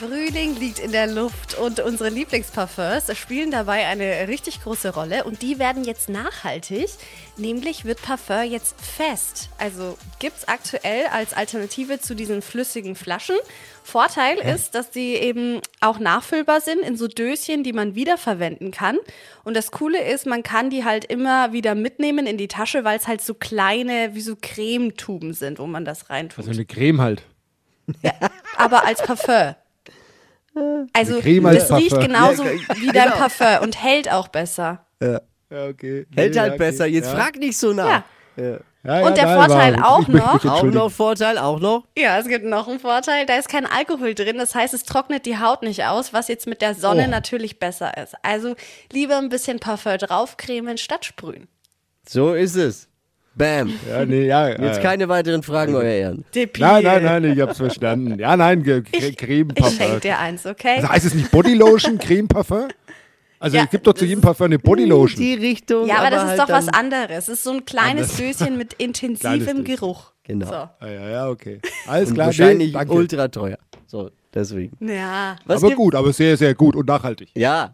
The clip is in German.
Frühling liegt in der Luft und unsere Lieblingsparfums spielen dabei eine richtig große Rolle und die werden jetzt nachhaltig. Nämlich wird Parfum jetzt fest. Also gibt es aktuell als Alternative zu diesen flüssigen Flaschen. Vorteil ist, dass die eben auch nachfüllbar sind in so Döschen, die man wiederverwenden kann. Und das Coole ist, man kann die halt immer wieder mitnehmen in die Tasche, weil es halt so kleine, wie so Cremetuben sind, wo man das reintut. Also eine Creme halt. aber als Parfum. Also Eine Creme als das riecht Parfum. genauso Ja, wie dein Parfum und hält auch besser. Ja, okay. Hält halt besser. Jetzt ja. frag nicht so Ja. nach. Ja, Und der nein, war Vorteil gut. auch Ich möchte noch. mich Auch entschuldigen. noch Vorteil, auch noch. ja, es gibt noch einen Vorteil, da ist kein Alkohol drin, das heißt, es trocknet die Haut nicht aus, was jetzt mit der Sonne Oh. natürlich besser ist. Also lieber ein bisschen Parfum draufcremen statt sprühen. So ist es. Bam. Ja, nee, ja, Jetzt ja. keine weiteren Fragen, euer Ehren. Nein, nein, nein, ich hab's verstanden. Ja, nein, Ge- Cre- Creme Ich schenke Parfum. dir eins, okay? Also heißt es nicht Bodylotion, Creme Parfum? Also Ja, es gibt doch zu jedem Parfum eine Bodylotion. Die Richtung. Ja, aber das halt ist doch dann- was anderes. Es ist so ein kleines Döschen mit Kleines intensivem Döschen. Geruch. Genau. Ah, ja, ja, okay. Alles Und klar, wahrscheinlich nee, danke. ultra teuer. So, deswegen. So. Ja. Was aber gibt- gut, aber sehr, sehr gut und nachhaltig. Ja,